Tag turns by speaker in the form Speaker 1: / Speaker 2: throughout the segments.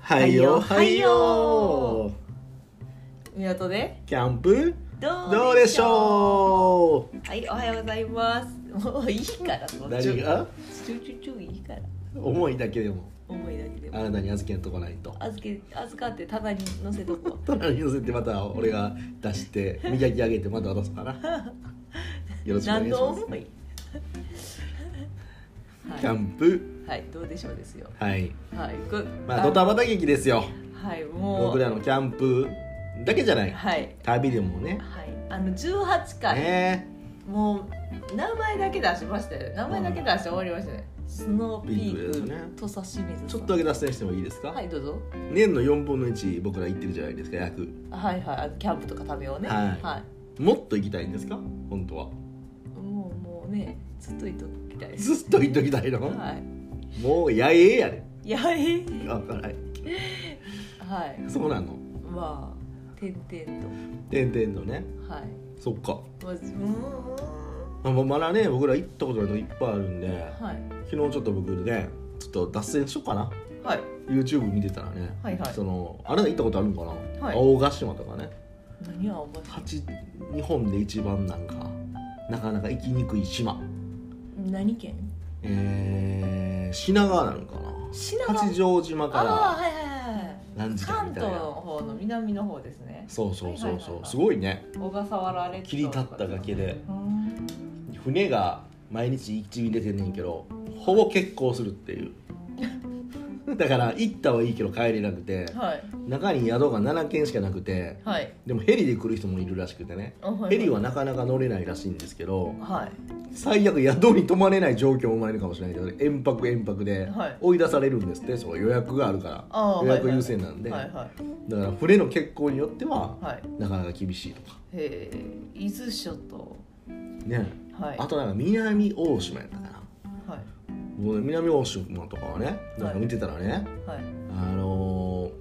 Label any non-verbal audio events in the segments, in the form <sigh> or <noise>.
Speaker 1: はいよはい
Speaker 2: は
Speaker 1: よ
Speaker 2: 港で
Speaker 1: キャンプ
Speaker 2: ど
Speaker 1: どうでしょう
Speaker 2: はいおはようございますもういいからその
Speaker 1: 何が
Speaker 2: ちょいちょいちょいいいから
Speaker 1: 重いだけでも
Speaker 2: 思いだけでも
Speaker 1: あなたに預けんとこないと
Speaker 2: 預け預かって棚に乗せとこう
Speaker 1: 隣に寄せてまた俺が出して磨き上げてまた渡すからよろしくお願
Speaker 2: 何
Speaker 1: いし
Speaker 2: の
Speaker 1: ます
Speaker 2: 思い
Speaker 1: キャ
Speaker 2: は
Speaker 1: ンプ
Speaker 2: い、はい、どうでしょうですよ
Speaker 1: はい
Speaker 2: はいこ
Speaker 1: まあドタバタ劇ですよ
Speaker 2: はいもう
Speaker 1: 僕らのキャンプだけじゃない
Speaker 2: はい
Speaker 1: 旅でもね
Speaker 2: はいあの18回、
Speaker 1: ね
Speaker 2: もう名前だけ出しましたよね名前だけ出して終わりましたね、スノーピ
Speaker 1: ビッグですね
Speaker 2: ーク土佐清水さん
Speaker 1: ちょっとだけ脱線してもいいですか
Speaker 2: はいどうぞ
Speaker 1: 年の4分の1僕ら行ってるじゃないですか約
Speaker 2: はいはいあのキャンプとか旅をね
Speaker 1: はいもっと行きたいんですか本当は
Speaker 2: もうもうねずっといときたいです
Speaker 1: ずっと行っときたいの
Speaker 2: は
Speaker 1: もうやええやで
Speaker 2: いいやええ
Speaker 1: あはい
Speaker 2: はい
Speaker 1: そうなの
Speaker 2: まあ点々
Speaker 1: てんてんのね
Speaker 2: とはい
Speaker 1: そっか
Speaker 2: まあうーん
Speaker 1: まあまだね僕ら行ったことないとこいっぱいあるんで
Speaker 2: はい
Speaker 1: 昨日ちょっと僕ねちょっと脱線しようかな
Speaker 2: はい
Speaker 1: YouTube 見てたらね、
Speaker 2: はいはい
Speaker 1: そのあれ行ったことあるんかな、
Speaker 2: はい
Speaker 1: 青ヶ島とかね
Speaker 2: 何はお前
Speaker 1: 八日本で一番なんかなかなか行きにくい島
Speaker 2: 何県
Speaker 1: えー、品川なのか
Speaker 2: 品
Speaker 1: な
Speaker 2: 川
Speaker 1: 八丈島
Speaker 2: ああ
Speaker 1: か
Speaker 2: はいはいはい
Speaker 1: ら何時間
Speaker 2: 関
Speaker 1: みた
Speaker 2: 東
Speaker 1: い
Speaker 2: の
Speaker 1: な
Speaker 2: 方の南の方ですね
Speaker 1: そうそうそう
Speaker 2: はいはいは
Speaker 1: そ
Speaker 2: いは
Speaker 1: う
Speaker 2: い
Speaker 1: すごいね
Speaker 2: 小笠原列島
Speaker 1: 切り立った崖で
Speaker 2: うん
Speaker 1: 船が毎日一便出てんねんけどほぼ欠航するっていう
Speaker 2: <laughs>
Speaker 1: だから行ったはいいけど帰れなくて
Speaker 2: はい
Speaker 1: 中に宿が7軒しかなくて
Speaker 2: はい
Speaker 1: でもヘリで来る人もいるらしくてね
Speaker 2: あはい
Speaker 1: ヘリはなかなか乗れないらしいんですけど
Speaker 2: は
Speaker 1: 最悪宿に泊まれない状況も生まれるかもしれないけど遠泊遠泊で
Speaker 2: はい
Speaker 1: 追い出されるんですってそう予約があるから
Speaker 2: あー
Speaker 1: 予約優先なん
Speaker 2: い
Speaker 1: で
Speaker 2: は
Speaker 1: だ
Speaker 2: い
Speaker 1: か
Speaker 2: は
Speaker 1: ら船の欠航によってはい
Speaker 2: はい
Speaker 1: なかなか厳しいとか
Speaker 2: へえ伊豆諸島
Speaker 1: ね
Speaker 2: はい
Speaker 1: あとなんか南大島やったかな
Speaker 2: はい
Speaker 1: もう南大島とかはねなんか見てたらね、
Speaker 2: はい
Speaker 1: あのー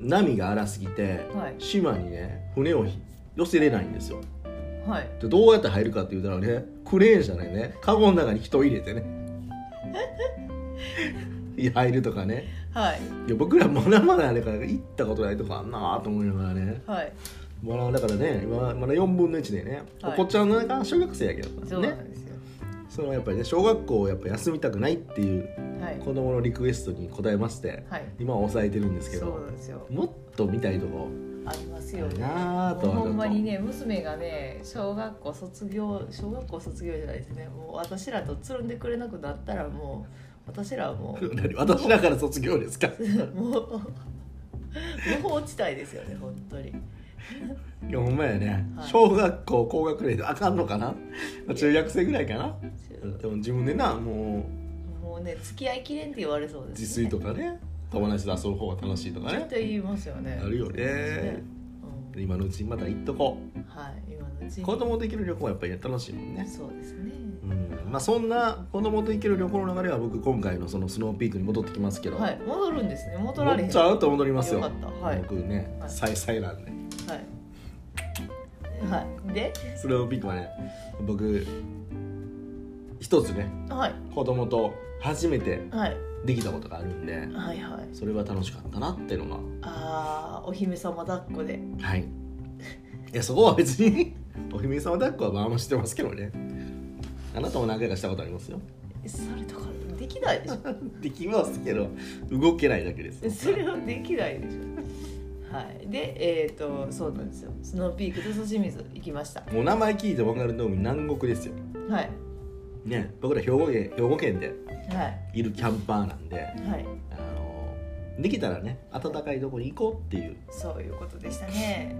Speaker 1: 波が荒すぎて、
Speaker 2: はい
Speaker 1: 島にね船を寄せれないんですよ
Speaker 2: はい
Speaker 1: でどうやって入るかって言ったらねクレーンじゃないねカゴの中に人入れ
Speaker 2: <laughs>
Speaker 1: てねいや入るとかね
Speaker 2: はい
Speaker 1: いや僕らまだまだあれから行ったことないとこあんなと思いながらね
Speaker 2: はい
Speaker 1: まだだからね今まだ4分の1でね、
Speaker 2: はい
Speaker 1: お子ちゃんの中小学生やけ
Speaker 2: そ
Speaker 1: ど
Speaker 2: うな
Speaker 1: ね
Speaker 2: んですよ、
Speaker 1: そのやっぱりね小学校をやっぱ休みたくないっていう
Speaker 2: はい
Speaker 1: 子供のリクエストに応えまして
Speaker 2: はい
Speaker 1: 今は抑えてるんですけ
Speaker 2: そう
Speaker 1: ど
Speaker 2: なんですよ
Speaker 1: もっと見たいとこ <laughs>
Speaker 2: あります
Speaker 1: あ
Speaker 2: よ
Speaker 1: る
Speaker 2: ね
Speaker 1: なあとはちょっ
Speaker 2: ほ
Speaker 1: と
Speaker 2: んまにね娘がね小学校卒業小学校卒業じゃないですねもう私らとつるんでくれなくなったらもう私らはも
Speaker 1: 何私だから卒業ですか <laughs>
Speaker 2: うもう無法地帯ですよね本当に
Speaker 1: いやほんまやね、
Speaker 2: はい
Speaker 1: 小学校高学年であかんのかな中学生ぐらいかなでも自分でなも
Speaker 2: もうね付き合いきれんって言われそう
Speaker 1: う
Speaker 2: です、
Speaker 1: 自炊とかね友達と遊ぶ方が楽しいとか
Speaker 2: 絶
Speaker 1: ね
Speaker 2: 対言いますよね
Speaker 1: あるよ
Speaker 2: ね
Speaker 1: ね今のうちにまた行っとこ
Speaker 2: うんはい今のうち
Speaker 1: う
Speaker 2: に
Speaker 1: 子供と行ける旅行はやっぱり楽しいもんね
Speaker 2: そうですね
Speaker 1: うんまあそんな子供と行ける旅行の流れは僕今回のそのスノーピークに戻ってきますけど、
Speaker 2: はい戻るんですね戻られ
Speaker 1: 戻
Speaker 2: へん
Speaker 1: っちゃうと戻りますよ
Speaker 2: よかったはい
Speaker 1: 僕ね
Speaker 2: はい
Speaker 1: さいさいなんで
Speaker 2: はいはいで
Speaker 1: スノーピークはね僕一つね
Speaker 2: はい
Speaker 1: 子供と初めて
Speaker 2: はい
Speaker 1: できたことがあるんで
Speaker 2: はいはい
Speaker 1: それは楽しかったなっていうの
Speaker 2: あーお姫様抱っこで
Speaker 1: がはいいやそこは別に <laughs> お姫様抱っこはまあまあしてますけどねあなたも何回かしたことありますよ
Speaker 2: それとかできないでし
Speaker 1: <laughs>
Speaker 2: ょ
Speaker 1: できますけど動けないだけです
Speaker 2: それはできないでしょはいでえっ、とそうなんですよスノーピークとソシミズ行きました
Speaker 1: もう名前聞いて分かる通り南国ですよ
Speaker 2: はい
Speaker 1: ね僕ら兵庫県兵庫県で
Speaker 2: はい
Speaker 1: いるキャンパーなんで
Speaker 2: はい
Speaker 1: あのできたらね暖かいとこに行こうっていう
Speaker 2: そういうことでしたね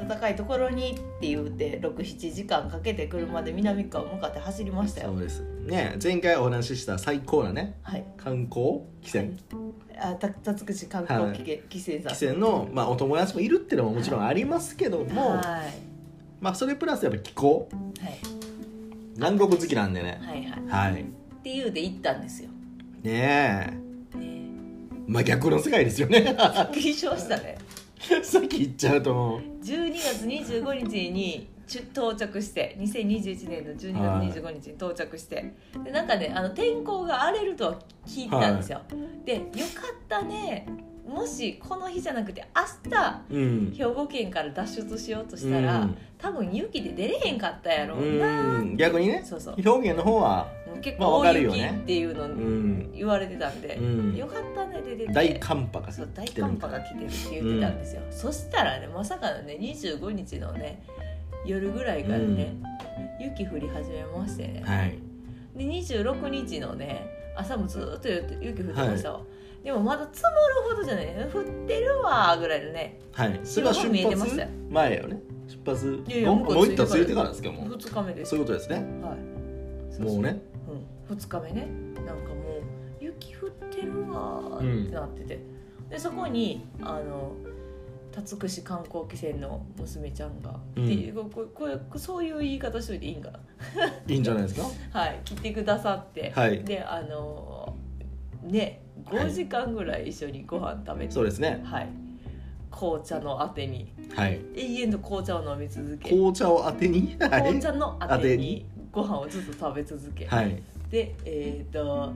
Speaker 2: で暖かいところにって言って67時間かけて車で南川向かって走りました
Speaker 1: そ
Speaker 2: よ
Speaker 1: うですね前回お話しした最高なね
Speaker 2: はい
Speaker 1: 観光汽船
Speaker 2: あたたつくし観光機け汽船さん
Speaker 1: 汽船の、まあ、お友達もいるっていうのももちろんありますけども、
Speaker 2: は
Speaker 1: まあ、それプラスやっぱ気候
Speaker 2: いはい
Speaker 1: 南国好きなんでね
Speaker 2: はいはい
Speaker 1: はい
Speaker 2: っていうで行ったんですよ
Speaker 1: ねえ
Speaker 2: ね
Speaker 1: まあ逆の世界ですよね <laughs>
Speaker 2: 緊張したね
Speaker 1: さっき言っちゃうともう
Speaker 2: 12月25日にちゅ到着して2021年の12月25日に到着してでなんかねあの天候が荒れるとは聞いたんですよ、で「よかったねもしこの日じゃなくて明日
Speaker 1: うん
Speaker 2: 兵庫県から脱出しようとしたら、多分雪で出れへんかったやろ
Speaker 1: う
Speaker 2: うな、
Speaker 1: ん逆にね
Speaker 2: そうそう
Speaker 1: 表現の方は
Speaker 2: もう結
Speaker 1: まあ
Speaker 2: 構
Speaker 1: わか
Speaker 2: 大
Speaker 1: るよ
Speaker 2: 雪
Speaker 1: ね
Speaker 2: っていうの
Speaker 1: う
Speaker 2: に
Speaker 1: ん、
Speaker 2: 言われてたんで
Speaker 1: う、ん
Speaker 2: よかったね出てて
Speaker 1: 大寒波が
Speaker 2: そう大
Speaker 1: 来てる
Speaker 2: 寒
Speaker 1: ん
Speaker 2: 波
Speaker 1: か
Speaker 2: が来てるって言ってたんですよ、そしたらねまさかのね25日のね夜ぐらいからね、雪降り始めましてね、
Speaker 1: はい
Speaker 2: で26日のね朝もずーっと雪降ってましたわ、でもまだ積もるほどじゃない降ってるわーぐらいのね
Speaker 1: はいそれは出
Speaker 2: 白く見えてまし
Speaker 1: 発
Speaker 2: たよ
Speaker 1: 前よね出発
Speaker 2: いやいや
Speaker 1: もうもう一
Speaker 2: 向こ
Speaker 1: 旦
Speaker 2: う
Speaker 1: 過
Speaker 2: 着い
Speaker 1: ぎ
Speaker 2: て
Speaker 1: て
Speaker 2: か
Speaker 1: かららですけども
Speaker 2: 2日目です
Speaker 1: そういうことですね
Speaker 2: はいそ
Speaker 1: も
Speaker 2: そう
Speaker 1: ね
Speaker 2: うん、2日目ねなんかもう雪降ってるわーってなってて、でそこにあの辰串観光汽船の娘ちゃんが、
Speaker 1: うん
Speaker 2: っていうこここれそういう言い方しといていいんか
Speaker 1: いいんじゃないですか
Speaker 2: なはい来てくださって、
Speaker 1: はい
Speaker 2: であのね5時間ぐらい一緒にご飯食べて、
Speaker 1: そうですね
Speaker 2: はい、紅茶のあてに
Speaker 1: はい
Speaker 2: 永遠と紅茶を飲み続け
Speaker 1: 紅茶を当てにはい
Speaker 2: 紅茶のあ
Speaker 1: あ
Speaker 2: て
Speaker 1: て
Speaker 2: に
Speaker 1: に
Speaker 2: ご飯をずっと食べ続け、
Speaker 1: はい
Speaker 2: でえっ、と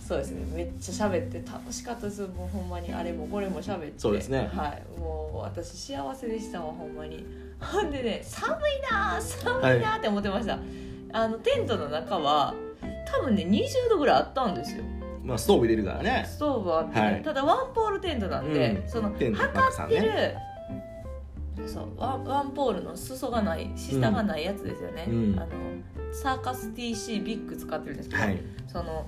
Speaker 2: そうですねめっちゃ喋って楽しかったですもうほんまにあれもこれも喋って
Speaker 1: そうですね
Speaker 2: はいもう私幸せでしたわほんまにほんでね寒いなあ寒いなあって思ってました、あのテントの中は多分ね20度ぐらいあったんですよ
Speaker 1: まあストーブ入れるからね
Speaker 2: ストーブあって、
Speaker 1: はい
Speaker 2: ただワンポールテントなんで、
Speaker 1: うん
Speaker 2: その
Speaker 1: テントの中さ
Speaker 2: 測っ
Speaker 1: ん
Speaker 2: て
Speaker 1: ね
Speaker 2: る、そうワンワンポールの裾がない下がないやつですよね、
Speaker 1: うん
Speaker 2: あのサーカス TC ビッグ使ってるんですけど、
Speaker 1: はい
Speaker 2: その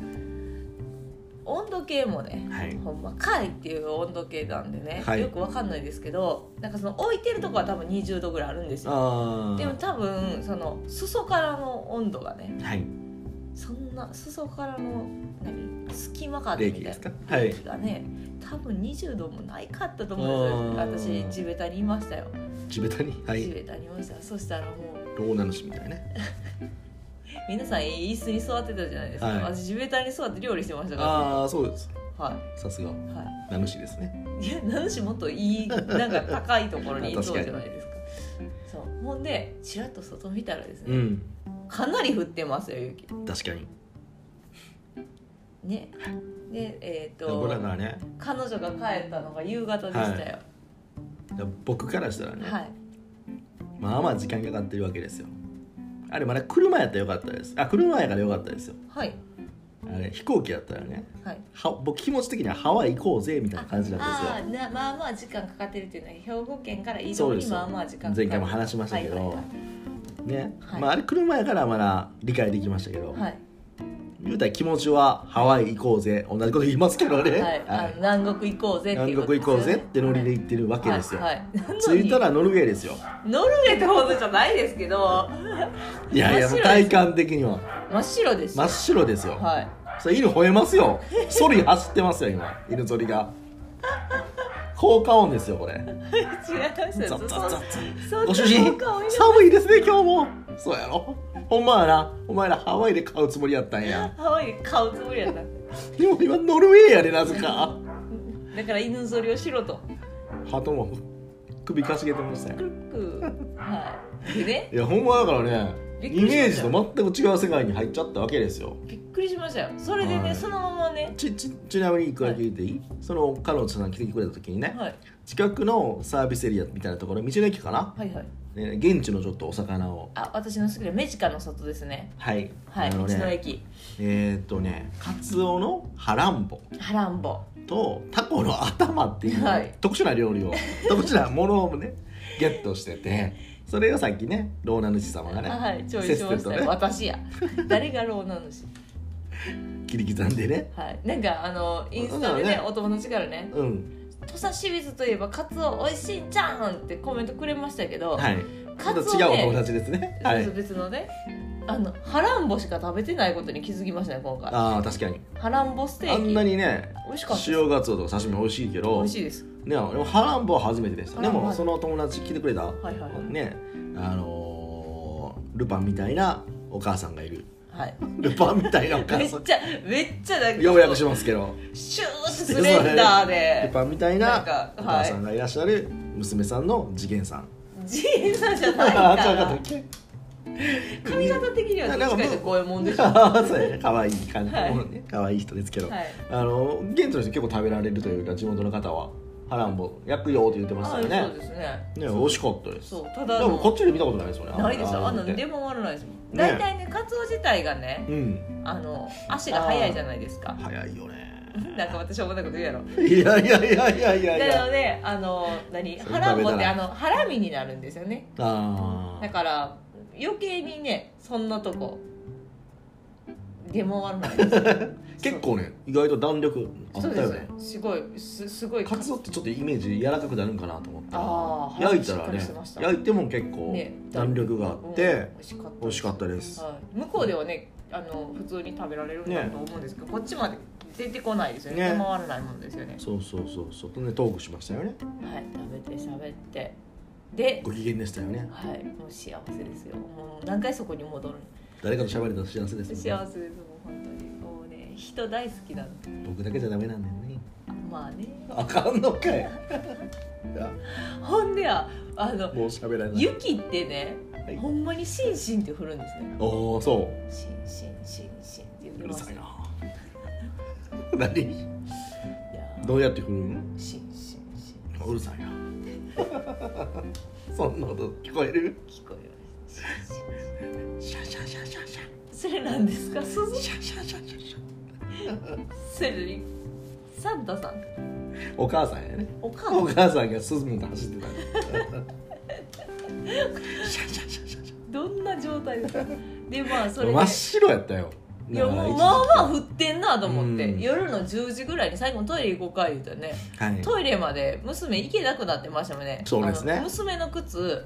Speaker 2: 温度計もね
Speaker 1: はい
Speaker 2: ほんまかいっていう温度計なんでね、
Speaker 1: はい
Speaker 2: よくわかんないですけどなんかその置いてるとこは多分20度ぐらいあるんですよ
Speaker 1: あ
Speaker 2: でも
Speaker 1: ー
Speaker 2: 多分その裾からの温度がね
Speaker 1: はい
Speaker 2: そんな裾からの何隙間風
Speaker 1: 冷
Speaker 2: みた
Speaker 1: 気
Speaker 2: いな
Speaker 1: ですかはい
Speaker 2: 冷気がね、多分20度もないかったと思うんです
Speaker 1: あ
Speaker 2: よ
Speaker 1: ー
Speaker 2: 私地べたにいましたよ、
Speaker 1: 地べたには
Speaker 2: 地
Speaker 1: い
Speaker 2: べたにいましたそしたらもう
Speaker 1: 老男主みたいね
Speaker 2: 皆さん椅子に座ってたじゃないですか、
Speaker 1: はい
Speaker 2: 私地べたに座って料理してましたか
Speaker 1: ああそうです
Speaker 2: らは
Speaker 1: さすが
Speaker 2: いはい
Speaker 1: 名主ですね
Speaker 2: いや名主もっといいなんか高いところにいそうじゃないですかそうほんでちらっと外見たらです
Speaker 1: う
Speaker 2: ね、
Speaker 1: ん
Speaker 2: かなり降ってますよ雪
Speaker 1: 確かに
Speaker 2: ねでえっ、
Speaker 1: 僕ら
Speaker 2: と
Speaker 1: からね
Speaker 2: 彼女が帰ったのが夕方でしたよ
Speaker 1: 僕からしたらね、
Speaker 2: はい、
Speaker 1: まあまあ時間かかってるわけですよあれまだ車やったらよかったですあ車やからよかったですよ
Speaker 2: はい
Speaker 1: あれ飛行機やったらね
Speaker 2: はい
Speaker 1: は僕気持ち的にはハワイ行こうぜみたいな感じな
Speaker 2: あ
Speaker 1: ん
Speaker 2: あなまあまあ時間かかってるっていうのは兵庫県から移
Speaker 1: そ
Speaker 2: 動
Speaker 1: うで
Speaker 2: に
Speaker 1: す
Speaker 2: まあまあ時間かかる
Speaker 1: 前回も話しましたけど
Speaker 2: はい
Speaker 1: ですよね、
Speaker 2: はい
Speaker 1: まああれ車やからまだ理解できましたけど、
Speaker 2: はいはい
Speaker 1: 言うたら気持ちはハワイ行こうぜ同じこと言いますけどね、
Speaker 2: はいはい
Speaker 1: は
Speaker 2: あの
Speaker 1: い
Speaker 2: 南国行こうぜってい
Speaker 1: 南
Speaker 2: うこと
Speaker 1: 国
Speaker 2: で
Speaker 1: 行
Speaker 2: すよ
Speaker 1: こ
Speaker 2: ね
Speaker 1: うぜってノリで行ってるわけですよ、
Speaker 2: はいはいなのに
Speaker 1: 着いたらノルウェーですよ
Speaker 2: ノルウェーってほどじゃないですけど
Speaker 1: いやいや
Speaker 2: 真っ白です
Speaker 1: 体感的には
Speaker 2: 真っ白です
Speaker 1: 真っ白ですよ、
Speaker 2: はい
Speaker 1: それ犬吠えますよソリ走ってますよ今犬ぞりが効果音ですよこれ
Speaker 2: 違います
Speaker 1: ザ
Speaker 2: よ。
Speaker 1: ッザッザッザ
Speaker 2: そん
Speaker 1: ご
Speaker 2: な
Speaker 1: 主人
Speaker 2: 効果音いら
Speaker 1: 寒いですね今日もそうやろほんまやなお前らハワイで買うつもりやったんや
Speaker 2: ないハワイで買うつもりやった。
Speaker 1: でも今ノルウェーやでなぜか
Speaker 2: だから犬ぞりをしろと。
Speaker 1: ハトも首かしげてましたよ
Speaker 2: クルック。はい。でね、
Speaker 1: いやほんまだからね
Speaker 2: びっく
Speaker 1: イ
Speaker 2: りしま
Speaker 1: メー
Speaker 2: し
Speaker 1: ジ
Speaker 2: た
Speaker 1: と全く違う世界に入っちゃったわけですよ
Speaker 2: びっくりしましたよ。それで
Speaker 1: は
Speaker 2: ね、
Speaker 1: い
Speaker 2: そのままね。
Speaker 1: ちちちなみに一個だけ言っていい、その彼女さんが来てくれた時にね、
Speaker 2: はい。
Speaker 1: 近くのサービスエリアみたいなところ道の駅かな、
Speaker 2: はいはい。
Speaker 1: ね、現地のちょっとお魚を
Speaker 2: あ、私の好きなメジカの里ですね。
Speaker 1: はい、
Speaker 2: はい。
Speaker 1: あ
Speaker 2: 道
Speaker 1: の
Speaker 2: の
Speaker 1: ね
Speaker 2: 駅。
Speaker 1: えーっ、とねカツオのハランボ
Speaker 2: ハランボ。
Speaker 1: とタコの頭っていう、
Speaker 2: はい
Speaker 1: 特殊な料理
Speaker 2: <laughs>
Speaker 1: を特殊なものをねゲットしててそれをさっきね老ー主様がね、
Speaker 2: はい。調理しま
Speaker 1: せっせ
Speaker 2: し
Speaker 1: と
Speaker 2: たよ。
Speaker 1: ね
Speaker 2: 私や。誰がローなのし。
Speaker 1: 切り刻んでね
Speaker 2: はい。なんか、あの、インスタで
Speaker 1: そうだ
Speaker 2: ね、
Speaker 1: よね
Speaker 2: お友達からね、
Speaker 1: うん
Speaker 2: 土佐清水といえばカツオ美味しいじゃんってコメントくれましたけど、
Speaker 1: はいちょ
Speaker 2: カ
Speaker 1: っ
Speaker 2: ツ
Speaker 1: と
Speaker 2: オ
Speaker 1: 違うお友達ですねは
Speaker 2: そう
Speaker 1: い
Speaker 2: 別のねあのハランボしか食べてないことに気づきましたね今回
Speaker 1: ああ確かに
Speaker 2: ハランボステーキ
Speaker 1: あんなにね
Speaker 2: 美味しかったです
Speaker 1: 塩ガツオとか刺身美味しいけ
Speaker 2: 美
Speaker 1: ど
Speaker 2: 味しいです
Speaker 1: ね、俺もハランボは初めてでしたで
Speaker 2: ハランボ
Speaker 1: も
Speaker 2: は
Speaker 1: その友達来てくれた、
Speaker 2: はいはいはい
Speaker 1: ねあのールパンみたいなお母さんがいる
Speaker 2: はい
Speaker 1: ルパンみたいなお母
Speaker 2: め
Speaker 1: さ
Speaker 2: っちゃめっちゃなん
Speaker 1: ん
Speaker 2: か
Speaker 1: ようやくしますけど
Speaker 2: シューッスレンダー
Speaker 1: ル
Speaker 2: で
Speaker 1: パンみたい
Speaker 2: な
Speaker 1: な
Speaker 2: んか
Speaker 1: お
Speaker 2: は
Speaker 1: 母
Speaker 2: い
Speaker 1: さんがいらっしゃる娘さんの次元さん
Speaker 2: ジーナじゃない
Speaker 1: あ
Speaker 2: か
Speaker 1: あ違うかった
Speaker 2: ら
Speaker 1: っけ
Speaker 2: 髪型的にはどっちかとこういうもんでしょは
Speaker 1: ああ <laughs> そうやね可愛い感じ、
Speaker 2: はい
Speaker 1: ね可愛い人ですけど、
Speaker 2: い
Speaker 1: あの現地の人結構食べられるというか地元の方はハランボ焼くよって言ってましたよね、
Speaker 2: はいそうですね
Speaker 1: ね美味しかったです
Speaker 2: そうた
Speaker 1: で
Speaker 2: だ
Speaker 1: もこっ
Speaker 2: の
Speaker 1: ちで見たことないですよね
Speaker 2: ないですよあんな
Speaker 1: の
Speaker 2: の出回らないですもん大体ねカツオ自体がね
Speaker 1: うん
Speaker 2: あの足が速いじゃないですか
Speaker 1: 早いよ
Speaker 2: <laughs>
Speaker 1: ね
Speaker 2: なんか私は思ったこと言うやろ
Speaker 1: いやいやいやいやいやいや
Speaker 2: なのであの何
Speaker 1: それ食べた
Speaker 2: ハ
Speaker 1: ら
Speaker 2: ランボってあのハラミになるんですよね
Speaker 1: あ
Speaker 2: だから余計にねそんなとこ出回らないですよ
Speaker 1: ー <laughs> 結構ね意外と弾力あっ
Speaker 2: そう
Speaker 1: た
Speaker 2: で
Speaker 1: よ
Speaker 2: す
Speaker 1: ね
Speaker 2: すごいすすごい
Speaker 1: カツオってちょっとイメージ柔らかくなるんかなと思った
Speaker 2: あー
Speaker 1: ら焼いたら
Speaker 2: はい
Speaker 1: ね
Speaker 2: しっかりしてました
Speaker 1: 焼いても結構
Speaker 2: ね
Speaker 1: 弾力があって、
Speaker 2: うん美味しかったです
Speaker 1: 美味しかったです、
Speaker 2: はい、向こうではねあの普通に食べられるんだと思うんですけど、こっちまで出てこないですよね
Speaker 1: ね
Speaker 2: 出回らないもんですよね
Speaker 1: そうそうそうそうとねトークしましたよね
Speaker 2: はい食べて喋ってで
Speaker 1: ご機嫌でしたよね
Speaker 2: はいもう幸せですよもう何回そこに戻る
Speaker 1: 誰かと喋れたら幸せです
Speaker 2: 幸
Speaker 1: もんね
Speaker 2: せですもう本当にもうね人大好きなの
Speaker 1: 僕だけじゃダメなんだよね
Speaker 2: まあね
Speaker 1: あかんのかいいや
Speaker 2: ほんでやあの
Speaker 1: もう喋らない
Speaker 2: 雪ってね、
Speaker 1: はい
Speaker 2: ほんまにシンシンって降るんですね
Speaker 1: おおそう
Speaker 2: シンシンシンシンって言っ
Speaker 1: う
Speaker 2: て
Speaker 1: る
Speaker 2: ま
Speaker 1: さ
Speaker 2: す
Speaker 1: い
Speaker 2: いや
Speaker 1: な何どうやって振るん
Speaker 2: シンシンシン
Speaker 1: うるさいな <laughs> そんな音聞こえる
Speaker 2: 聞こえますシンシンシン
Speaker 1: シャシャシャシャシャ
Speaker 2: それなんですか鈴
Speaker 1: シャシャシャシャシャ
Speaker 2: それサンタさん
Speaker 1: お母さんやね
Speaker 2: お母さ
Speaker 1: <laughs> お
Speaker 2: ん
Speaker 1: 母さんがスズメと走ってたシャシャシャシャシ
Speaker 2: どんな状態ですかでま <laughs> あそれ
Speaker 1: ャ
Speaker 2: で
Speaker 1: 真っ白やったよ
Speaker 2: いやもう
Speaker 1: だ
Speaker 2: ま
Speaker 1: か
Speaker 2: あまあ降ってんなと思って、
Speaker 1: うん
Speaker 2: 夜の10時ぐらいに最後トイレ行こうか言うてね
Speaker 1: ら一日は
Speaker 2: トイレまで娘行けなくなってましたもんね
Speaker 1: そうですね
Speaker 2: あの娘の靴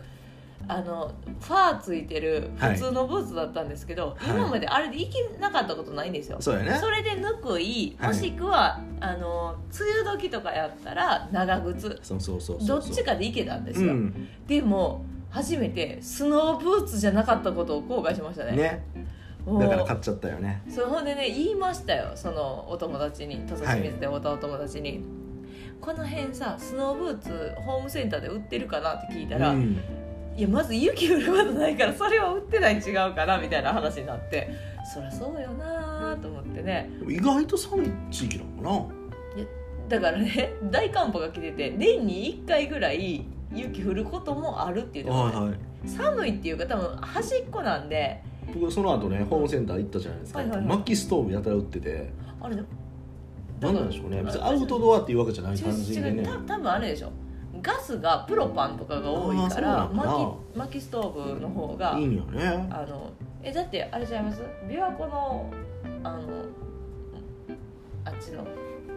Speaker 2: あのファーついてる
Speaker 1: はい
Speaker 2: 普通のブーツだったんですけど、
Speaker 1: はい
Speaker 2: 今まであれで行けなかったことないんですよ、
Speaker 1: いそうやね
Speaker 2: それでぬくい
Speaker 1: はい
Speaker 2: もしくは、あの梅雨時とかやったら長靴
Speaker 1: そうそうそうそう
Speaker 2: どっちかで行けたんです
Speaker 1: う
Speaker 2: よ、
Speaker 1: ん
Speaker 2: でも初めてスノーブーツじゃなかったことを後悔しましたね
Speaker 1: ね
Speaker 2: もう
Speaker 1: だから買っちゃったよね
Speaker 2: そうほんでね言いましたよそのお友達に土佐清水で会ったお友達に、この辺さスノーブーツホームセンターで売ってるかなって聞いたら、
Speaker 1: うん
Speaker 2: いやまず雪降ることないからそれは売ってない違うかなみたいな話になってそりゃそうよなーと思ってね
Speaker 1: でも意外と寒い地域なのか
Speaker 2: だからね大寒波が来てて年に1回ぐらい雪降ることもあるっていう
Speaker 1: な
Speaker 2: のが、
Speaker 1: はいはい
Speaker 2: 寒いっていうか多分端っこなんで
Speaker 1: 僕その後ねホームセンター行ったじゃないですか、
Speaker 2: はいはいはい
Speaker 1: 薪ストーブやたら売ってて
Speaker 2: あれだ
Speaker 1: 何なんでしょうね別にアウトドアっていうわけじゃない感じで
Speaker 2: 違う違
Speaker 1: ね
Speaker 2: うた多分あれでしょガスがプロパンとかが多いか
Speaker 1: あー
Speaker 2: ら
Speaker 1: そうなんだ
Speaker 2: 薪薪ストーブの方が
Speaker 1: いいんよね
Speaker 2: あのえだってあれちゃいます琵琶湖のあのあっちの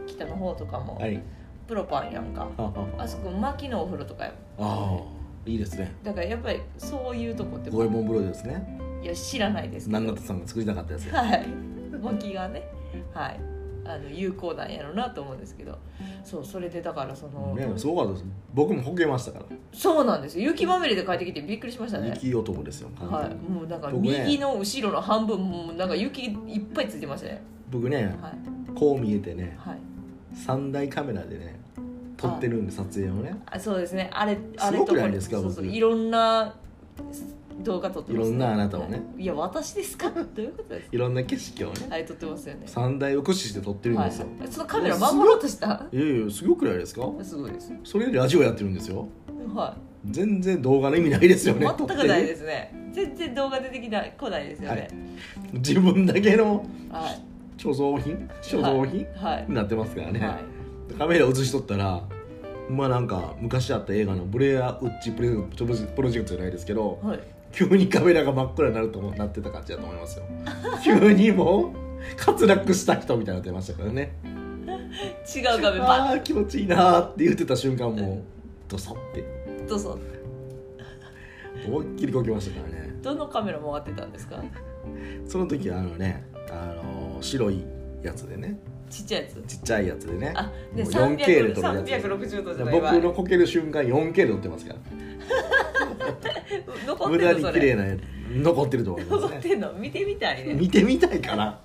Speaker 2: 北の方とかも
Speaker 1: はい
Speaker 2: プロパンやんか、
Speaker 1: はは
Speaker 2: あそこ薪のお風呂とかやもん
Speaker 1: ああいいですね
Speaker 2: だからやっぱりそういうとこって
Speaker 1: 五右衛門風呂ですね
Speaker 2: いや知らないですけど
Speaker 1: 南方さんが作りたかったやつ
Speaker 2: はい薪がねはいあの有効なんやろうなと思うんですけどそうそれでだからその、
Speaker 1: ねすごかったです僕もほけましたか
Speaker 2: そうなんですよ雪まみれで帰ってきてびっくりしました
Speaker 1: ら
Speaker 2: ね
Speaker 1: 雪男ですよ完全に
Speaker 2: はい、もうなんか
Speaker 1: 僕ね
Speaker 2: 右の後ろの半分もうなんか雪いっぱいついてましたね
Speaker 1: 僕ね
Speaker 2: はい
Speaker 1: こう見えてね
Speaker 2: はい
Speaker 1: 三大カメラでね撮ってるんで撮影をね
Speaker 2: あそうですねあれあれ
Speaker 1: すごくないですか
Speaker 2: とこそうそう
Speaker 1: 僕
Speaker 2: いろんな動画撮ってます、
Speaker 1: いろんなあなたをね
Speaker 2: いや私ですかどういうことですか
Speaker 1: いろんな景色をね
Speaker 2: あれ撮ってますよね
Speaker 1: 三大を駆使して撮ってるんですよ、
Speaker 2: はい、そのカメラ守ろうとした
Speaker 1: い、やいやすごくないですか
Speaker 2: すごいです
Speaker 1: それよりラジオやってるんですよ
Speaker 2: は
Speaker 1: 全然動画の意味ないです
Speaker 2: い
Speaker 1: よね
Speaker 2: <laughs> 全くないですすね全然動画出てきない来ないですよね
Speaker 1: 自分だけの
Speaker 2: はい
Speaker 1: 貯蔵品貯蔵品、
Speaker 2: はい
Speaker 1: になってますからね、
Speaker 2: はい
Speaker 1: カメラ映しとったらまあなんか昔あった映画のブレアウッチプロジプロジェクトじゃないですけど
Speaker 2: はい
Speaker 1: 急にカメラが真っ暗になると思なってた感じだと思い
Speaker 2: <laughs>
Speaker 1: ますよ急にもう滑落した人みたいになってましたからね
Speaker 2: 違う画面バ
Speaker 1: ああ気持ちいいなーって言ってた瞬間もうドサって
Speaker 2: ッとそう
Speaker 1: 思いっきりこきましたからね
Speaker 2: どのカメラ回ってたんですか
Speaker 1: その時はあのね、あのー白いやつでね
Speaker 2: ちっちゃいやつ
Speaker 1: ちっちゃいやつでね
Speaker 2: あで
Speaker 1: もう 4K で撮るやつ
Speaker 2: 360度じゃない
Speaker 1: 僕
Speaker 2: わ
Speaker 1: のこける瞬間 4K で撮ってますから
Speaker 2: 残っ
Speaker 1: 無
Speaker 2: て
Speaker 1: 駄
Speaker 2: る
Speaker 1: に
Speaker 2: そ
Speaker 1: 綺麗
Speaker 2: れ
Speaker 1: なやつ残ってると思います
Speaker 2: <laughs> 残
Speaker 1: ね
Speaker 2: ってんの見てみたいね
Speaker 1: 見てみたいかな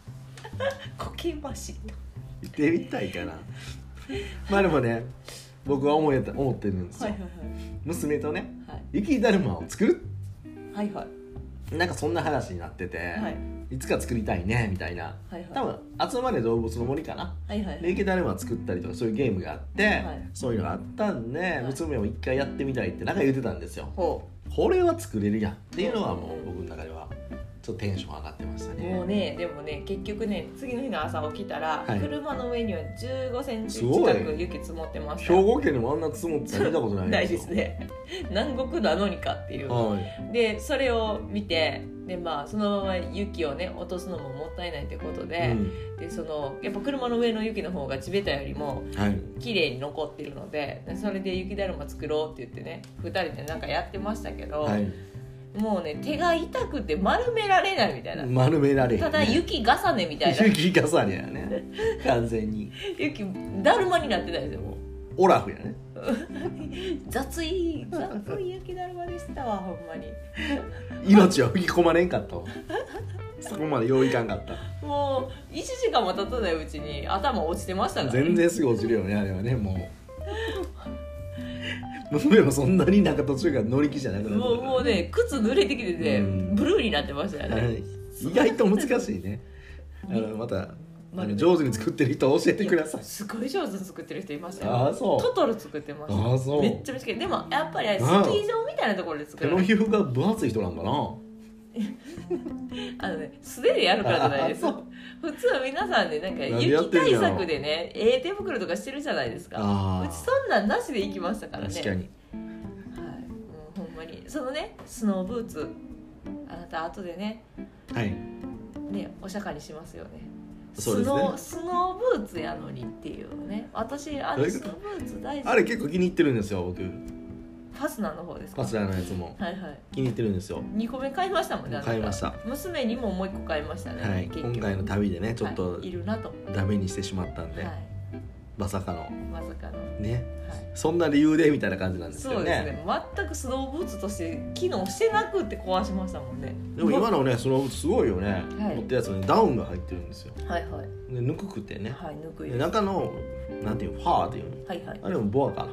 Speaker 2: <laughs> こけました
Speaker 1: 見てみたいかなまあでもね僕は思えた思ってるんですよ、
Speaker 2: はいはい
Speaker 1: 娘とね雪だるまを作る
Speaker 2: はいはいはい
Speaker 1: なんかそんな話になってて、
Speaker 2: はい
Speaker 1: い、つか作りたいねみたいな
Speaker 2: はいはい
Speaker 1: 多分「集まれ動物の森」かな
Speaker 2: はいはい
Speaker 1: レイケダルマ作ったりとかそういうゲームがあって、
Speaker 2: はい
Speaker 1: そういうのがあったんで、
Speaker 2: い
Speaker 1: 娘も一回やってみたいってなんか言ってたんですよ
Speaker 2: ほ
Speaker 1: これは作れるやんっていうのはもう僕の中ではちょっとテンション上がってました
Speaker 2: う
Speaker 1: ね
Speaker 2: もうねでもね結局ね次の日の朝起きたら、
Speaker 1: はい
Speaker 2: 車の上には1 5センチ
Speaker 1: すご
Speaker 2: 近
Speaker 1: い
Speaker 2: く雪積もってました
Speaker 1: 兵庫県でもあんな積もってたの見たことない
Speaker 2: <laughs> ないですね南国なのにかっていう
Speaker 1: はい
Speaker 2: でそれを見てでまあそのまま雪をね落とすのももったいないということで,、でそのやっぱ車の上の雪の方が地べたよりも
Speaker 1: うんはい
Speaker 2: 綺麗に残ってるのででそれで雪だるま作ろうって言ってね2人でなんかやってましたけど、
Speaker 1: はい
Speaker 2: もうね手が痛くて丸められないみたいな、
Speaker 1: 丸められへんね
Speaker 2: ただ雪重ねみたいな
Speaker 1: 雪重ねやね完全に
Speaker 2: 雪だるまになってないですよもう
Speaker 1: オラフやね
Speaker 2: 雑い雑い雪だるまでしたわほんまに
Speaker 1: 命は吹き込まれんかったわそこまで用意感があった
Speaker 2: もう1時間も経たないうちに頭落ちてましたからね
Speaker 1: 全然すぐ落ちるよねあれはねもう娘もそんなになんか途中から乗り気じゃなくなって
Speaker 2: もうもうね靴濡れてきてて、
Speaker 1: うん
Speaker 2: ブルーになってましたよ
Speaker 1: は
Speaker 2: ね、
Speaker 1: い意外と難しいねあのまたあ
Speaker 2: まあ
Speaker 1: の上手に作ってる人教えてください
Speaker 2: すごい上手に作ってる人いましたよ
Speaker 1: ああそ
Speaker 2: トトロ作ってま
Speaker 1: う
Speaker 2: した
Speaker 1: ああそ
Speaker 2: めっ
Speaker 1: う
Speaker 2: ちゃ美味しくてでもやっぱりあれ
Speaker 1: う
Speaker 2: ス
Speaker 1: ん
Speaker 2: キー場みたいなところで作
Speaker 1: 手
Speaker 2: る
Speaker 1: の皮膚が分厚い人なんかな
Speaker 2: あのね素手でやるからじゃないです
Speaker 1: あ
Speaker 2: 普通は皆さんでなんか
Speaker 1: 何やっ
Speaker 2: 雪
Speaker 1: てんね
Speaker 2: 対
Speaker 1: やろ
Speaker 2: 策でねええ手袋とかしてるじゃないですか
Speaker 1: あ
Speaker 2: うちそんなんなしで行きましたから
Speaker 1: ー
Speaker 2: ね
Speaker 1: 確かに
Speaker 2: はい、もうほんまにそのねスノーブーツあなた後でね
Speaker 1: はい
Speaker 2: ねお釈迦にしますよね
Speaker 1: そうですね
Speaker 2: スノースノーブーツやのにっていうね私あ
Speaker 1: どう
Speaker 2: の
Speaker 1: いう
Speaker 2: ス
Speaker 1: こ
Speaker 2: ノーブーツ大好き
Speaker 1: あれ結構気に入ってるんですよ僕
Speaker 2: ファスナーの方ですか
Speaker 1: パスラのやつも
Speaker 2: はいはい
Speaker 1: 気に入ってるんですよ
Speaker 2: 2個目買いましたもんねあなた
Speaker 1: 買いました
Speaker 2: 娘にももう1個買いましたね、
Speaker 1: はい今回の旅でねちょっと
Speaker 2: はい、いるなと、は
Speaker 1: ダメにしてしまったん
Speaker 2: い
Speaker 1: で、まさかの
Speaker 2: まさかの、はい、
Speaker 1: ねそんな理由でみたいな感じなんですけ
Speaker 2: そ
Speaker 1: ど
Speaker 2: う
Speaker 1: ね
Speaker 2: ですね全くスノーブーツとして機能してなくって壊しましたもんね
Speaker 1: でも今のねそのすごいよね、
Speaker 2: はい
Speaker 1: 持ってるやつはねダウンが入ってるんですよ
Speaker 2: はいはい
Speaker 1: でぬくくてね
Speaker 2: はいぬくい
Speaker 1: で
Speaker 2: です
Speaker 1: 中のなんていうのファーっていうの
Speaker 2: はいはい
Speaker 1: あれもボアか
Speaker 2: は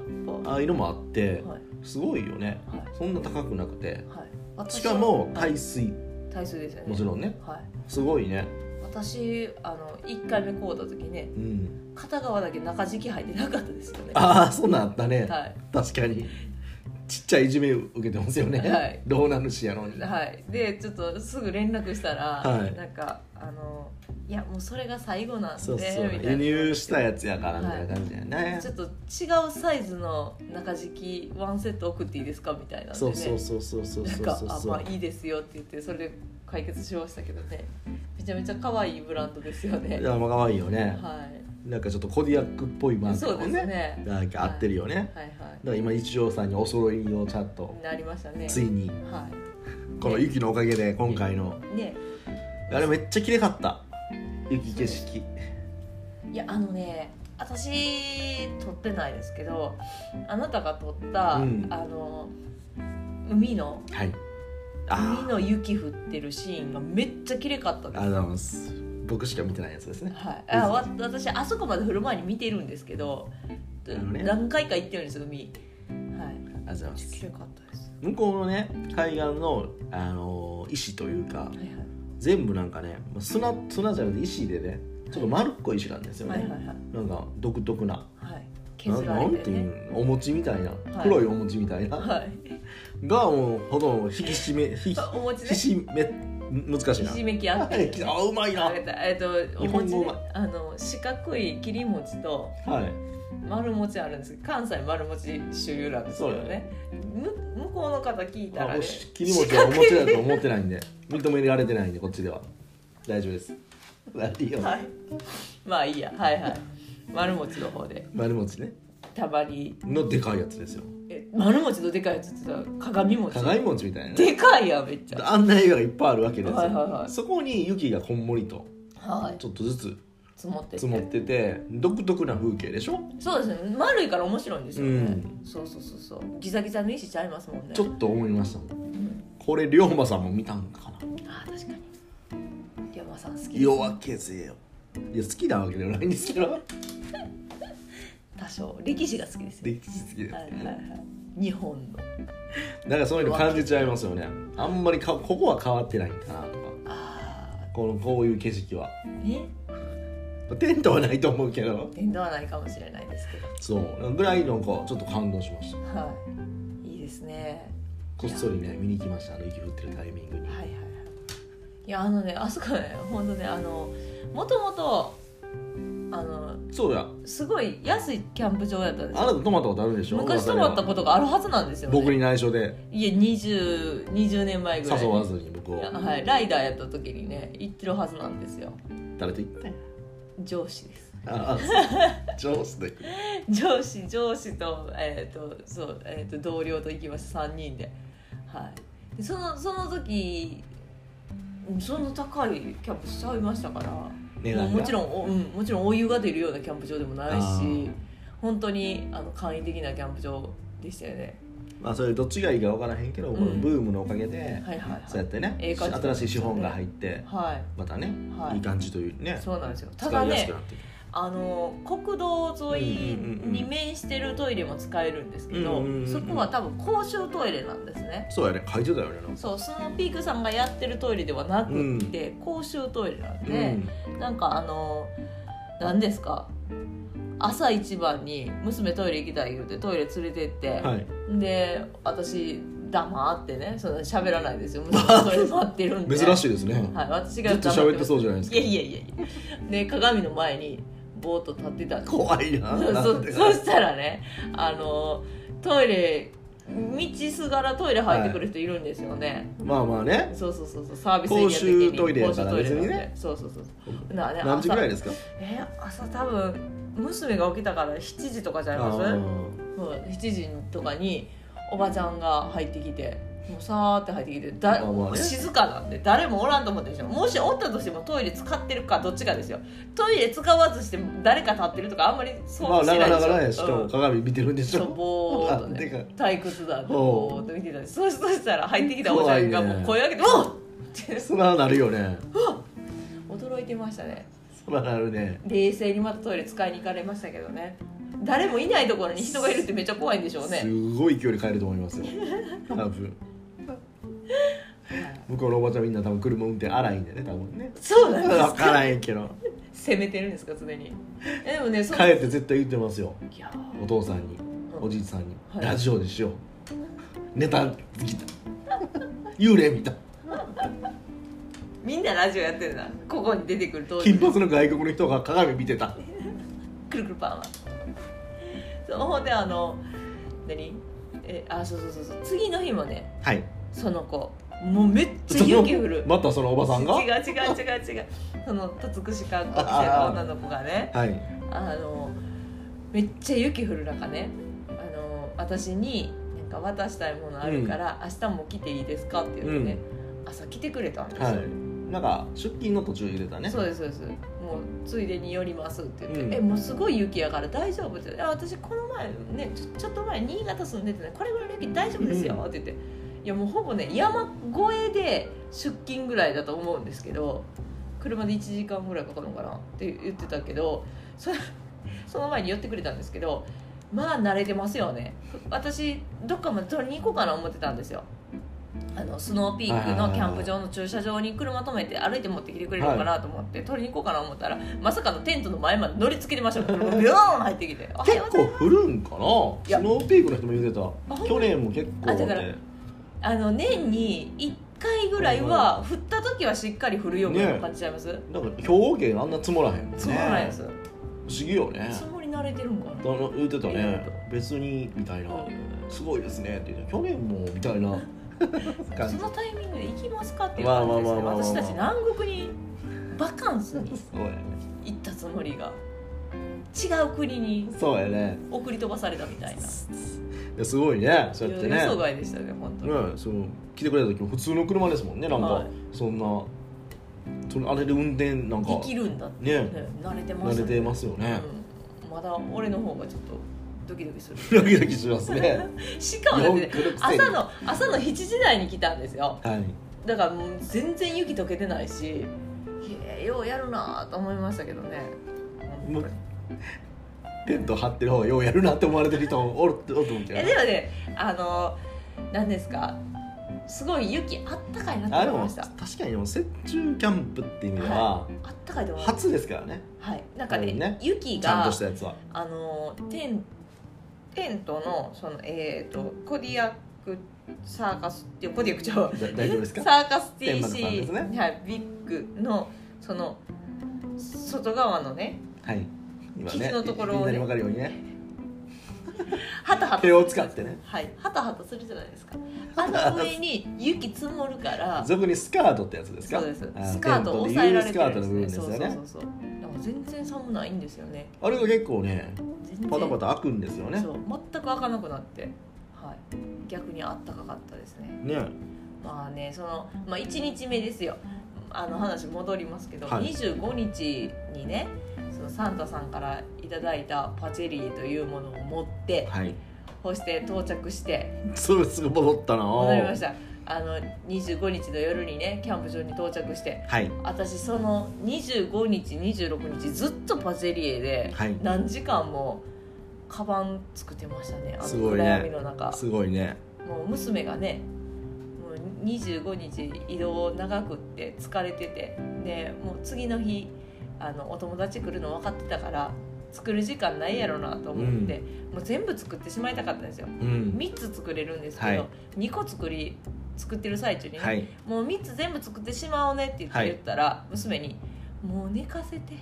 Speaker 1: なああいうのもあって
Speaker 2: いはい
Speaker 1: すごいよねそんな高くなくて
Speaker 2: はい私
Speaker 1: しかも
Speaker 2: はい
Speaker 1: 耐水
Speaker 2: 体数ですよね
Speaker 1: もちろんね
Speaker 2: はい
Speaker 1: すごいね
Speaker 2: 私あの1回目買うた時ね
Speaker 1: うん
Speaker 2: 片側だけ中敷き入ってなかったですよね
Speaker 1: ああそんなんあったね、
Speaker 2: はい
Speaker 1: 確かにちっちゃいいじめ受けてますよね、
Speaker 2: はい
Speaker 1: 老男主やのに、
Speaker 2: はい、でちょっとすぐ連絡したら、
Speaker 1: はい
Speaker 2: なんかあの「いやもうそれが最後なんで」
Speaker 1: そうそう
Speaker 2: みた
Speaker 1: 輸
Speaker 2: いな
Speaker 1: 入したやつやからみたいな感じだよね、
Speaker 2: ちょっと違うサイズの中敷きワンセット送っていいですかみたいなんで、ね、
Speaker 1: そうそうそうそうそう
Speaker 2: なん
Speaker 1: そう
Speaker 2: か
Speaker 1: そう
Speaker 2: あまあいいですよ」って言ってそれで解決しましたけどねめちゃめちゃ可愛いブランドですよね
Speaker 1: いやまあ可愛いよね、
Speaker 2: はい
Speaker 1: なんかちょっとコディアックっぽいマーク
Speaker 2: そ
Speaker 1: と
Speaker 2: う
Speaker 1: か
Speaker 2: で
Speaker 1: も
Speaker 2: す
Speaker 1: ね
Speaker 2: ね
Speaker 1: なんか合ってるよね、だ
Speaker 2: はいは
Speaker 1: から今一条さんにお揃いをちゃんと
Speaker 2: いなりましたね
Speaker 1: ついに
Speaker 2: は
Speaker 1: この雪のおかげで今回の
Speaker 2: いね
Speaker 1: あれめっちゃ綺麗かった雪景色
Speaker 2: いやあのね私撮ってないですけどあなたが撮った、
Speaker 1: うん
Speaker 2: あの海の
Speaker 1: はい
Speaker 2: 海
Speaker 1: あ
Speaker 2: の雪降ってるシーンがめっちゃ綺麗かった
Speaker 1: ー
Speaker 2: で
Speaker 1: ありがとうございます僕しか見てないやつですね
Speaker 2: す、はい、あわ私あそこまで降る前に見てるんですけど、
Speaker 1: なるほどね
Speaker 2: 何回か行ってるんです海はい
Speaker 1: ありがとうございま
Speaker 2: めっちゃ
Speaker 1: す
Speaker 2: 綺麗かったです
Speaker 1: 向こうのね海岸の、あのー石というか
Speaker 2: はい
Speaker 1: 全部なんかね砂砂じゃなくて石でねちょっと丸っこい石なんですよね、
Speaker 2: はいはいはいはい
Speaker 1: なんか独特な
Speaker 2: はい
Speaker 1: な
Speaker 2: 削ら
Speaker 1: な
Speaker 2: れ
Speaker 1: ん
Speaker 2: て
Speaker 1: て
Speaker 2: ね
Speaker 1: いうのお餅みたいな、
Speaker 2: い
Speaker 1: 黒いお餅みたいな、
Speaker 2: はい
Speaker 1: がもうほとんど引き
Speaker 2: <laughs>
Speaker 1: 締めひ
Speaker 2: あお餅
Speaker 1: ひ
Speaker 2: ね
Speaker 1: しめ難しい
Speaker 2: ひ
Speaker 1: な
Speaker 2: しめきあって
Speaker 1: はいき <laughs> あうまいな
Speaker 2: あ
Speaker 1: はい
Speaker 2: げたえっとお
Speaker 1: 日本
Speaker 2: 餅
Speaker 1: 語
Speaker 2: ね
Speaker 1: は
Speaker 2: あの四角い切り餅と丸餅あるんですけど関西丸餅主流なんですけどねむ向こうの方聞いた
Speaker 1: あ
Speaker 2: ら
Speaker 1: も
Speaker 2: ね
Speaker 1: うし切り餅はお餅だと思ってないんで認められてないんでこっちでは大丈夫ですいいよ
Speaker 2: はい <laughs> まあいいやはいはい丸餅の方で
Speaker 1: 丸餅ね
Speaker 2: たまに
Speaker 1: のでかいやつですよ
Speaker 2: え丸餅のでかいやつって言ったら鏡餅
Speaker 1: 鏡餅みたいなね
Speaker 2: でかいやんめっちゃ
Speaker 1: あんな絵がいっぱいあるわけですよ、
Speaker 2: はいはいはい
Speaker 1: そこに雪がこんもりと
Speaker 2: はい
Speaker 1: ちょっとずつ
Speaker 2: 積もってて
Speaker 1: 積もってて独特な風景でしょ
Speaker 2: そうですね丸いから面白いんですよね、
Speaker 1: う
Speaker 2: そうそうそうそうギザギザの石ちゃいますもんね
Speaker 1: ちょっと思いましたもん
Speaker 2: うん
Speaker 1: これ龍馬さんも見たんかな
Speaker 2: あー確かに龍馬さん好きです <laughs>
Speaker 1: 夜明けぜよいや好きなわけではないんですけど
Speaker 2: 多少歴史が好きですよ、
Speaker 1: 歴史好きです
Speaker 2: はいはい
Speaker 1: ね、
Speaker 2: はい、日本の
Speaker 1: なんかそういうの感じちゃいますよねあんまりかここは変わってないんかなとか
Speaker 2: あ
Speaker 1: このこういう景色は
Speaker 2: あね
Speaker 1: テントはないと思うけど
Speaker 2: 電動はないかもしれないですけど
Speaker 1: そうぐらいなんかちょっと感動しました
Speaker 2: はいいいですね
Speaker 1: こっそりね見に行きましたあの雪降ってるタイミングに
Speaker 2: はいはいはいいやあのねあそこね本当ねあのもともとあの
Speaker 1: そうだ
Speaker 2: すごい安いキャンプ場やったんです
Speaker 1: あな
Speaker 2: よ
Speaker 1: た泊まったことあるでしょ
Speaker 2: 昔泊まったことがあるはずなんですよ、ね、
Speaker 1: 僕に内緒で
Speaker 2: いや 20, 20年前ぐらい
Speaker 1: 誘わずに僕を
Speaker 2: いやはい、ライダーやった時にね行ってるはずなんですよ
Speaker 1: 誰と行ったんや
Speaker 2: 上司です
Speaker 1: ああそう上手で
Speaker 2: 上司上司と,、えーとそうえー、と同僚と行きました3人で,、はい、でそのその時そんな高いキャンプしちゃいましたから
Speaker 1: 値
Speaker 2: も
Speaker 1: 段
Speaker 2: う
Speaker 1: が
Speaker 2: もちろんお、うん、もちろんお湯が出るようなキャンプ場でもない
Speaker 1: あ
Speaker 2: し
Speaker 1: ー
Speaker 2: 本当にあの簡易的なキャンプ場でしたよね
Speaker 1: まあそれどっちがいいか分からへんけど、
Speaker 2: うん
Speaker 1: このブームのおかげで、
Speaker 2: はいはいはい
Speaker 1: そうやってね、
Speaker 2: ええ感じ
Speaker 1: 新しい資本が入って
Speaker 2: は
Speaker 1: またね、、
Speaker 2: い、はいい
Speaker 1: い感じというね
Speaker 2: そうなんですよた
Speaker 1: 使
Speaker 2: だ
Speaker 1: いやすく
Speaker 2: ね
Speaker 1: なってくる
Speaker 2: あの国道沿い
Speaker 1: うんうんうんう
Speaker 2: に
Speaker 1: ん
Speaker 2: 面してるトイレも使えるんですけど、
Speaker 1: うんうんうんうん
Speaker 2: そこは多分公衆トイレなんですね
Speaker 1: そうやね書いてたよねなんか
Speaker 2: そうスノーピークさんがやってるトイレではなくって、公衆トイレなんで、なんかあの何ですか朝一番に娘トイレ行きたい言うてトイレ連れてって、
Speaker 1: うん、はい
Speaker 2: で私黙ってねそんな喋らな
Speaker 1: <laughs>
Speaker 2: いですよ娘のトイレ待ってるんで
Speaker 1: 珍しいですね、
Speaker 2: はい、私が
Speaker 1: ずっと
Speaker 2: 黙
Speaker 1: 喋ってそうじゃないです
Speaker 2: い
Speaker 1: か
Speaker 2: やいやいやいやで鏡の前にぼーっと立ってたんです
Speaker 1: 怖いな
Speaker 2: そう
Speaker 1: なんで
Speaker 2: そそしたらねあのトイレ道すがらトイレ入ってくる人いるんですよね、
Speaker 1: まあまあね
Speaker 2: そうそうそうそうサービスエリア的に
Speaker 1: 公衆トイレやから
Speaker 2: 公衆トイレなんで
Speaker 1: 別にね
Speaker 2: そうそうそうなね
Speaker 1: 何時ぐらい
Speaker 2: で
Speaker 1: ですか
Speaker 2: え朝多分娘が起きたから7時とかじゃ
Speaker 1: あ
Speaker 2: ないます
Speaker 1: ー
Speaker 2: そう7時とかにおばちゃんが入ってきてもうさーって入ってきてだ、
Speaker 1: まあまあね
Speaker 2: 静かなんで誰もおらんと思ってるでしょもしおったとしてもトイレ使ってるかどっちかですよトイレ使わずして誰か立ってるとかあんまり想
Speaker 1: まあ
Speaker 2: 像し
Speaker 1: な
Speaker 2: てな
Speaker 1: か
Speaker 2: いで
Speaker 1: な
Speaker 2: しょ、
Speaker 1: かねしかも鏡見てるんで
Speaker 2: うん
Speaker 1: し
Speaker 2: そう
Speaker 1: ょ
Speaker 2: ぼーっと
Speaker 1: あて
Speaker 2: ね
Speaker 1: か
Speaker 2: 退屈だって
Speaker 1: おう
Speaker 2: ぼーっと見てたんですそそしたら入ってきたおばちゃんが
Speaker 1: 怖いね
Speaker 2: もう声上げて「おっ!」って
Speaker 1: そらなるよね
Speaker 2: 驚いてましたね
Speaker 1: そらなるね
Speaker 2: 冷静にまたトイレ使いに行かれましたけどね誰もいないところに人がいるってめっちゃ怖いんでしょうね
Speaker 1: すごい勢いで帰ると思いますよ多分向こうのおばちゃんみんな多分車運転荒いんでね多分ね
Speaker 2: そうなんです
Speaker 1: 分からへんけど
Speaker 2: 攻めてるんですか常にえでもねその
Speaker 1: 帰って絶対言ってますよ
Speaker 2: いや
Speaker 1: お父さんに
Speaker 2: うん
Speaker 1: おじいさんに、
Speaker 2: はい
Speaker 1: ラジオでしようネタ来た幽霊見た
Speaker 2: みんなラジオやってるなここに出てくる当時
Speaker 1: 金髪の外国の人が鏡見てた
Speaker 2: くるくるパンはそうほんであの何えあそうそうそうそう次の日もね
Speaker 1: はい
Speaker 2: その子もうめっちゃ雪降る
Speaker 1: またそのおばさんが
Speaker 2: 違う違う違う違うその戸隠し観光してる女の子がね
Speaker 1: はい
Speaker 2: あのめっちゃ雪降る中ねあの私になんか渡したいものあるから、明日も来ていいですかって言ってね、朝来てくれたんですよ、
Speaker 1: はいなんか出勤の途中入れたね
Speaker 2: そうですそうですもうついでに寄りますって言って「
Speaker 1: うん
Speaker 2: えもうすごい雪やから大丈夫」って「あ私この前ねちょちょっと前新潟住んでてねこれぐらいの雪大丈夫ですよ
Speaker 1: う」ん
Speaker 2: って言って。いやもうほぼね山越えで出勤ぐらいだと思うんですけど車で1時間ぐらいかかるのかなって言ってたけどそその前に寄ってくれたんですけどまあ慣れてますよね私どっかまで取りに行こうかな思ってたんですよあのスノーピークのキャンプ場の駐車場に車止めて歩いて持ってきてくれるのかなと思って、取りに行こうかな思ったらまさかのテントの前まで乗りつけてま <laughs> したからビョーン入ってきて「おはよ
Speaker 1: 結
Speaker 2: うござい
Speaker 1: 構
Speaker 2: ます
Speaker 1: 降るんかなス
Speaker 2: いや
Speaker 1: ノーピークの人も言って
Speaker 2: あ
Speaker 1: た
Speaker 2: ほんま
Speaker 1: 去年も結構
Speaker 2: あだから
Speaker 1: ね
Speaker 2: あの年に1回ぐらいは降った時はしっかり降るよみたいな感じちゃいます、
Speaker 1: なんか兵庫県あんな積もらへんね
Speaker 2: そうなんです、
Speaker 1: 不思議よね
Speaker 2: そんなに慣れてるんかな
Speaker 1: あの言ってた
Speaker 2: 言う
Speaker 1: ね
Speaker 2: て
Speaker 1: 別にみたいな
Speaker 2: うん
Speaker 1: すごいですねって言って去年もみた
Speaker 2: <laughs>
Speaker 1: いな感
Speaker 2: そ
Speaker 1: じ
Speaker 2: のタイミングで行きますかっていう
Speaker 1: まあ
Speaker 2: 感
Speaker 1: ま
Speaker 2: じ
Speaker 1: あ
Speaker 2: ですね
Speaker 1: まあまあまあ
Speaker 2: 私たち南国にバカンスに
Speaker 1: そうやね
Speaker 2: 行ったつもりが違う国に
Speaker 1: そうやね
Speaker 2: 送り飛ばされたみたいな、
Speaker 1: いやすごいねそうやって
Speaker 2: 予
Speaker 1: ね
Speaker 2: 想外でしたね本当に、
Speaker 1: ねそう来てくれた時も普通の車ですもんねなんか、
Speaker 2: はい
Speaker 1: そんなそのあれで運転なんか
Speaker 2: できるんだって、
Speaker 1: ね
Speaker 2: ね慣れてます
Speaker 1: 慣れてますよね、
Speaker 2: うんまだ俺の方がちょっとドキドキする
Speaker 1: <laughs> ドキドキしますね
Speaker 2: <laughs> しかもだってね
Speaker 1: 四駆のくせに
Speaker 2: 朝の朝の7時台に来たんですよ
Speaker 1: はい
Speaker 2: だからもう全然雪解けてないしへえようやるなと思いましたけどね
Speaker 1: もうテント張ってる方がようやるなって思われてる人もおるおると思うけど
Speaker 2: えでもねあの何ですかすごい雪あったかいな
Speaker 1: あ
Speaker 2: と
Speaker 1: で
Speaker 2: 思い
Speaker 1: も
Speaker 2: ましたあ
Speaker 1: 確かにでも雪中キャンプって意味では
Speaker 2: ったかいと思います
Speaker 1: 初ですからね
Speaker 2: はいなんかね
Speaker 1: うんね
Speaker 2: 雪
Speaker 1: ちゃん
Speaker 2: が
Speaker 1: としたやつは
Speaker 2: あのテンテントのそのえっ、とコディアックサーカスっていうコディアックちゃうわ
Speaker 1: だ大丈夫です
Speaker 2: サ
Speaker 1: か
Speaker 2: ーカス
Speaker 1: テンパのファンです
Speaker 2: TC、
Speaker 1: ね
Speaker 2: はい、ビッグのその外側のね
Speaker 1: はい今
Speaker 2: 生地
Speaker 1: ね
Speaker 2: のところ
Speaker 1: みん
Speaker 2: をね
Speaker 1: なに分かるようにね
Speaker 2: ハタハタ
Speaker 1: 手を使ってね
Speaker 2: はいハタハタするじゃないで
Speaker 1: <laughs>
Speaker 2: すかあの上に雪積もるから
Speaker 1: 俗にスカートってやつですか
Speaker 2: そうです
Speaker 1: あ
Speaker 2: スカートを
Speaker 1: テン
Speaker 2: 抑
Speaker 1: トで
Speaker 2: え
Speaker 1: いう
Speaker 2: られ
Speaker 1: ス
Speaker 2: て
Speaker 1: カートの
Speaker 2: る
Speaker 1: 部
Speaker 2: ん
Speaker 1: 分
Speaker 2: で
Speaker 1: ですす
Speaker 2: ね
Speaker 1: よ
Speaker 2: そうそ
Speaker 1: ね
Speaker 2: うそうそうだから全然寒ないんですよね
Speaker 1: あれが結構ね
Speaker 2: 全然
Speaker 1: パタパタ開くんですよね
Speaker 2: そう全く開かなくなってはい逆にあったかかったですね
Speaker 1: ね
Speaker 2: まあねその、まあ、1日目ですよあの話戻りますけど、
Speaker 1: はい
Speaker 2: 25日にねそのサンタさんからいただいたパチェリーというものを持って
Speaker 1: はい
Speaker 2: そして到着して
Speaker 1: それすぐ戻ったな
Speaker 2: 戻りましたあの25日の夜にねキャンプ場に到着して
Speaker 1: はい
Speaker 2: 私その25日26日ずっとパチェリエで
Speaker 1: はい
Speaker 2: 何時間もカバン作ってましたねあ
Speaker 1: すご
Speaker 2: の
Speaker 1: い
Speaker 2: 暗
Speaker 1: ね
Speaker 2: 闇の中、
Speaker 1: すごいね
Speaker 2: もう娘がねもう25日移動長くって疲れててでもう次の日あのお友達来るの分かってたから作る時間ないやろなと思って、もう全部作ってしまいたかったんですよ
Speaker 1: うん
Speaker 2: 3つ作れるんですけど、
Speaker 1: はい
Speaker 2: 2個作り作ってる最中にね、
Speaker 1: はい
Speaker 2: もう3つ全部作ってしまおうねって言って
Speaker 1: はい
Speaker 2: 言ったら、娘に「もう寝
Speaker 1: <laughs>
Speaker 2: かせて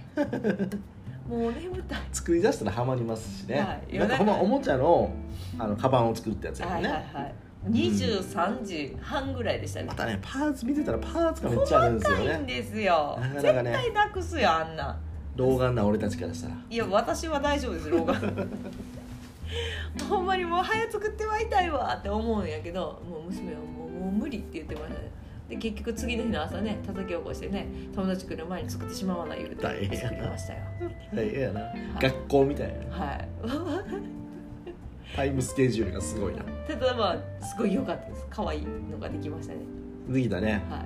Speaker 2: もう眠たい
Speaker 1: 作り出したらハマりますしね、
Speaker 2: はい
Speaker 1: なんかほんまおもちゃのあのカバンを作るってやつ」やも
Speaker 2: は
Speaker 1: ん
Speaker 2: い
Speaker 1: ね、
Speaker 2: はいはい23時半ぐらいでしたね
Speaker 1: またねパーツ見てたらパーツがめっちゃあるんですよ
Speaker 2: ない
Speaker 1: ね
Speaker 2: んですよ
Speaker 1: なか
Speaker 2: 絶
Speaker 1: なかね
Speaker 2: 対なくすよあんな
Speaker 1: 老眼な俺たちからしたら
Speaker 2: いや私は大丈夫です老眼ほんまにもう早作ってまいたいわって思うんやけどもう娘はもうもう無理って言ってましたねで結局次の日の朝ね叩き起こしてね友達来る前に作ってしまわないよう
Speaker 1: 大
Speaker 2: て
Speaker 1: 変やな
Speaker 2: 作りましたよ
Speaker 1: はいいやな、
Speaker 2: い
Speaker 1: 学校みたいな
Speaker 2: はい <laughs>
Speaker 1: タイムスケジュールがすごいな
Speaker 2: ただまあすごい良かったです可愛いのができましたね
Speaker 1: できたね
Speaker 2: はい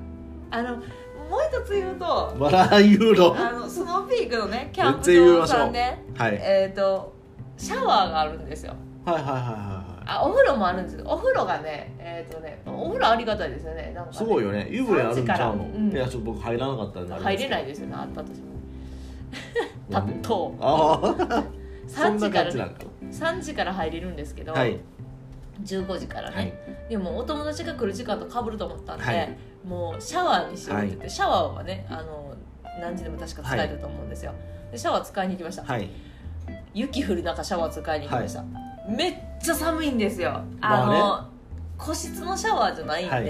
Speaker 2: あのもう一つ言うと
Speaker 1: バラユーロ
Speaker 2: あのスノーピークのねキャンプ
Speaker 1: めっちゃ言い
Speaker 2: 場
Speaker 1: ましょう
Speaker 2: さんね
Speaker 1: はいはい
Speaker 2: えっ、とシャワーがあるんですよ
Speaker 1: はいはいはいは
Speaker 2: あお風呂もあるんですけどお風呂がねえっ、とねお風呂ありがたいですよねなんかね
Speaker 1: いすごいよね湯船あるんちゃうの、
Speaker 2: 3時からうん
Speaker 1: いやちょっと僕入らなかったんであ
Speaker 2: 入れないいですよねあったとしてもパ
Speaker 1: なんで
Speaker 2: ッと
Speaker 1: ああそ
Speaker 2: 3
Speaker 1: ん
Speaker 2: 時
Speaker 1: な
Speaker 2: か
Speaker 1: 感
Speaker 2: ら
Speaker 1: じなんか
Speaker 2: 3時から入れるんですけど、
Speaker 1: はい
Speaker 2: 15時からね、
Speaker 1: はい
Speaker 2: でもお友達が来る時間とかぶると思ったんで、
Speaker 1: はい
Speaker 2: もうシャワーにしようって言って、シャワーはねあの何時でも確か使えたと思うんですよ、でシャワー使いに行きました、
Speaker 1: はい
Speaker 2: 雪降る中シャワー使いに行きました、めっちゃ寒いんですよあの、
Speaker 1: ま
Speaker 2: 個室のシャワーじゃないんで、
Speaker 1: は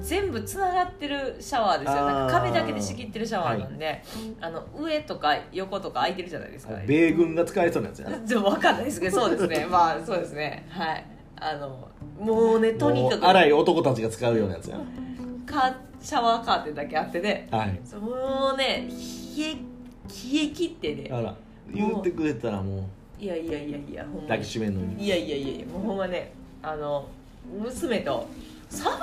Speaker 2: 全部つながってるシャワーですよ
Speaker 1: あー
Speaker 2: なんか壁だけで仕切ってるシャワーなんで、あの上とか横とか空いてるじゃないですか、
Speaker 1: 米軍が使えそうなやつやな
Speaker 2: <laughs> ちょっと分かんないですけどそうです
Speaker 1: <laughs>
Speaker 2: ねまあそうですねはいあのもうねとに
Speaker 1: も
Speaker 2: か
Speaker 1: う
Speaker 2: く
Speaker 1: 荒い男たちが使うようなやつや
Speaker 2: カシャワーカーテンだけあってね
Speaker 1: なはい
Speaker 2: そうもうね冷え冷え切ってね
Speaker 1: あら言ってくれたらも
Speaker 2: いやいやいやいやほん
Speaker 1: う
Speaker 2: ま
Speaker 1: 抱
Speaker 2: に
Speaker 1: きしめんのに
Speaker 2: いやいやいやいやもうほんまねあの娘と「寒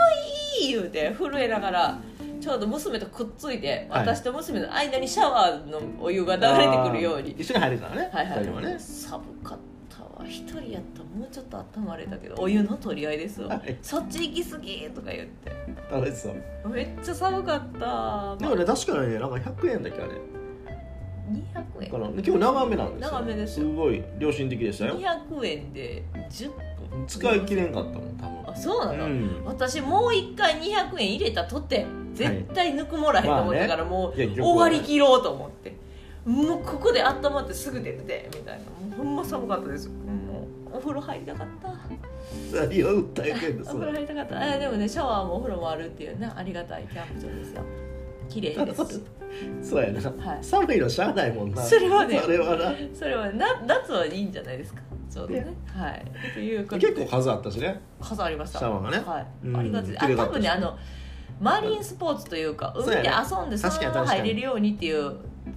Speaker 2: い!」言うて震えながらちょうど娘とくっついて、
Speaker 1: はい
Speaker 2: 私と娘の間にシャワーのお湯が流れてくるように
Speaker 1: あー一緒に入れたらね
Speaker 2: はいはい
Speaker 1: 二人はね
Speaker 2: 寒かったわ一人やったらもうちょっと温まれたけどお湯の取り合いですわ、
Speaker 1: はい
Speaker 2: そっち行き過ぎとか言って
Speaker 1: 楽しそう
Speaker 2: めっちゃ寒かった
Speaker 1: でもね確かにねなんか100円だっけあれ
Speaker 2: 200円
Speaker 1: かな今日長めなんですよ
Speaker 2: 長めです
Speaker 1: すごい良心的でしたよ
Speaker 2: 200円で10分
Speaker 1: 使い切れんかったもん
Speaker 2: あ
Speaker 1: 多
Speaker 2: そうなの、
Speaker 1: 分うん
Speaker 2: 私もう一回200円入れたとて絶対ぬくもらへんと思ったから、もう
Speaker 1: いやよく
Speaker 2: 終わ
Speaker 1: わかる
Speaker 2: り切ろうと思ってもうここで温まってすぐ出てみたいなもうほんま寒かったですもうお風呂入りたかった
Speaker 1: 何を訴えてんだ <laughs>
Speaker 2: お
Speaker 1: そ
Speaker 2: 風呂
Speaker 1: れ
Speaker 2: 入りたかったあでもねシャワーもお風呂もあるっていうねありがたいキャンプ場ですよ綺麗ですし
Speaker 1: そうやな
Speaker 2: はい
Speaker 1: 寒いのしゃあないもんな
Speaker 2: それはね
Speaker 1: それはな
Speaker 2: それはな夏はいいんじゃないですかちょうどねはいということで
Speaker 1: 結構数あったしね
Speaker 2: 数ありました
Speaker 1: シャワーがね
Speaker 2: はい
Speaker 1: うん
Speaker 2: ありがと
Speaker 1: 綺
Speaker 2: う
Speaker 1: 麗だ
Speaker 2: あ多
Speaker 1: った
Speaker 2: 分ねあのマリンスポーツというか
Speaker 1: そう
Speaker 2: 海
Speaker 1: や
Speaker 2: で
Speaker 1: ね
Speaker 2: 遊んでその
Speaker 1: 確かに
Speaker 2: まま
Speaker 1: 確かに
Speaker 2: 入れるようにっていう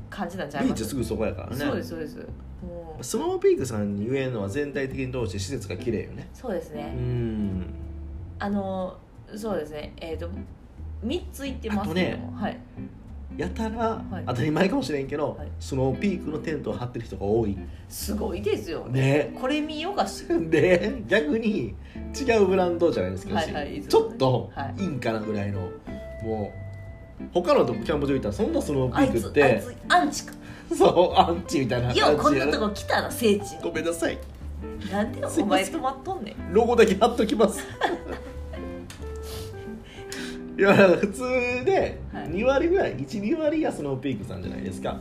Speaker 2: 感じなんじゃな
Speaker 1: ビ
Speaker 2: い
Speaker 1: ー
Speaker 2: か
Speaker 1: チすぐそこやからね
Speaker 2: そうですそうですもう
Speaker 1: スノーピークさんに言えるのは全体的にどうして施設が綺麗よね
Speaker 2: そうです
Speaker 1: う
Speaker 2: ね
Speaker 1: ん
Speaker 2: あのそうですねえっと3つ行ってますけどもはい
Speaker 1: やたら、
Speaker 2: はい
Speaker 1: 当たり前かもしれんけど、
Speaker 2: はい
Speaker 1: そのピークのテントを張ってる人が多い
Speaker 2: すごいですよね
Speaker 1: ね <laughs>
Speaker 2: これ見よがし
Speaker 1: で逆に違うブランドじゃないですけど、
Speaker 2: はいはいいいです
Speaker 1: ち
Speaker 2: よ
Speaker 1: ょ
Speaker 2: ね
Speaker 1: っと
Speaker 2: はい
Speaker 1: いいんかなぐらいの、もう他のとこキャンプ場行ったらそんなスノー
Speaker 2: あ
Speaker 1: ピ
Speaker 2: い
Speaker 1: ーク
Speaker 2: つ
Speaker 1: っ
Speaker 2: あい
Speaker 1: て
Speaker 2: つアンチか
Speaker 1: <laughs> そうアンチみたいな
Speaker 2: よ
Speaker 1: 感
Speaker 2: うこ
Speaker 1: じ
Speaker 2: ん
Speaker 1: や
Speaker 2: なと
Speaker 1: な
Speaker 2: こ来たな聖地
Speaker 1: ごめんなさい
Speaker 2: なんでお
Speaker 1: すいま
Speaker 2: 前
Speaker 1: せん
Speaker 2: 止まっとんねん
Speaker 1: ロゴだけ貼っときます <laughs> いや普通で
Speaker 2: はい
Speaker 1: 2割ぐらい12割がスノーピークさんじゃないですか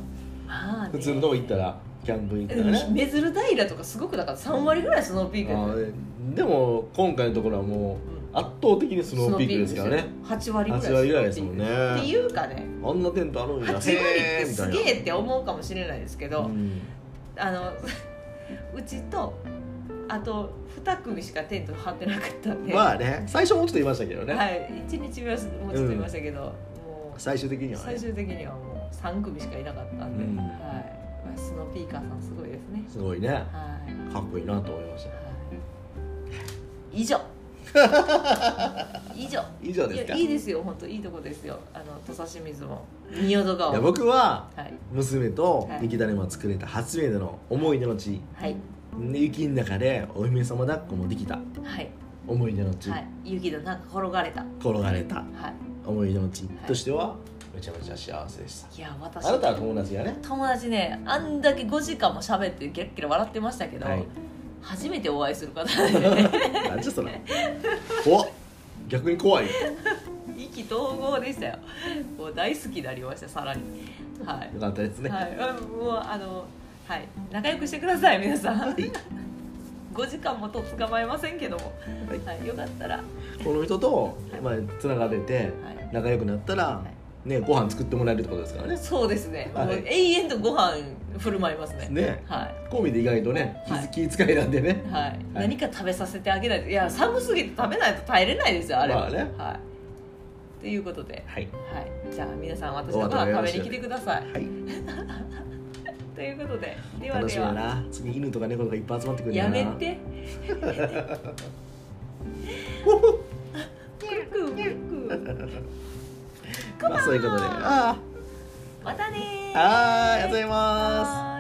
Speaker 2: まあね
Speaker 1: 普通のとこ行ったらキャンプ行ったら
Speaker 2: うん
Speaker 1: ね
Speaker 2: メズル平とかすごくだから3割ぐらいスノーピーク
Speaker 1: あ
Speaker 2: やったよ
Speaker 1: ーでも今回のところはもう
Speaker 2: うん
Speaker 1: 圧倒的にスノーピークですからね
Speaker 2: 8割ぐらい
Speaker 1: 8割ぐらいですもんね
Speaker 2: っていうかね
Speaker 1: あんなテントあるん
Speaker 2: 8
Speaker 1: や
Speaker 2: 割ってすげ
Speaker 1: え
Speaker 2: えって思うかもしれないですけど、あの <laughs> うちとあと2組しかテント張ってなかったんで、
Speaker 1: まあね最初もうちょっと言いましたけどね、
Speaker 2: はい、1日目はもうちょっといましたけど、もう
Speaker 1: 最終的には
Speaker 2: 最
Speaker 1: ね
Speaker 2: 終的にはもう3組しかいなかったんで、
Speaker 1: うん
Speaker 2: はいまあ、スノーピーカーさんすごいですね
Speaker 1: すごいね
Speaker 2: はい、はい
Speaker 1: かっこいいなと思いました
Speaker 2: 以
Speaker 1: <laughs>
Speaker 2: 上以上
Speaker 1: 以上
Speaker 2: い
Speaker 1: です
Speaker 2: や
Speaker 1: か
Speaker 2: いいですよ本当いいとこですよあの土佐清水も仁淀川
Speaker 1: いや
Speaker 2: も
Speaker 1: 僕は
Speaker 2: はい
Speaker 1: 娘と
Speaker 2: はい
Speaker 1: 雪だるま作れた初めての思い出の地
Speaker 2: はい
Speaker 1: で雪の中でお姫様抱っこもできた
Speaker 2: はい、
Speaker 1: 思い出の地、
Speaker 2: はい、雪の中転がれた
Speaker 1: 転がれた
Speaker 2: は
Speaker 1: 思い出の地
Speaker 2: い
Speaker 1: としてはめちゃめちゃ幸せでした、
Speaker 2: いいや私
Speaker 1: あなたは友達がね
Speaker 2: 友達ねあんだけ5時間も喋ってギラッギラ笑ってましたけど、
Speaker 1: はい
Speaker 2: 初めてお会いする方で
Speaker 1: <laughs> なんじゃそれ怖っ逆に怖いよ
Speaker 2: 意気投合でしたよもう大好きになりましたさらにはい
Speaker 1: よかったですね、
Speaker 2: はい、あもうあのはい仲良くしてください皆さん
Speaker 1: い
Speaker 2: 5時間もと捕まえませんけども、
Speaker 1: はい
Speaker 2: はい、よかったら、はい、
Speaker 1: この人とまあつながれて仲良くなったら
Speaker 2: は、
Speaker 1: ね、ご飯作ってもらえるってことですからね
Speaker 2: そうですね、
Speaker 1: はい
Speaker 2: もう永遠とご飯振る舞いますね
Speaker 1: ね
Speaker 2: は
Speaker 1: コンビで意外とね
Speaker 2: はい
Speaker 1: 気,、気遣いなんでね
Speaker 2: い、はい何か食べさせてあげないといや寒すぎて食べないと耐えれないですよあれは、
Speaker 1: まあね
Speaker 2: はいということで、
Speaker 1: はい
Speaker 2: はい、じゃあ皆さん私のご飯食べに来てください
Speaker 1: はい
Speaker 2: ということででは
Speaker 1: 楽し
Speaker 2: で
Speaker 1: みだ
Speaker 2: は
Speaker 1: な次犬とか猫とかいっぱい集まってくるんだ
Speaker 2: や
Speaker 1: な
Speaker 2: めてクルクルクル
Speaker 1: まあそういうことであ
Speaker 2: またねー
Speaker 1: ーはーいありがとうございます
Speaker 2: はーい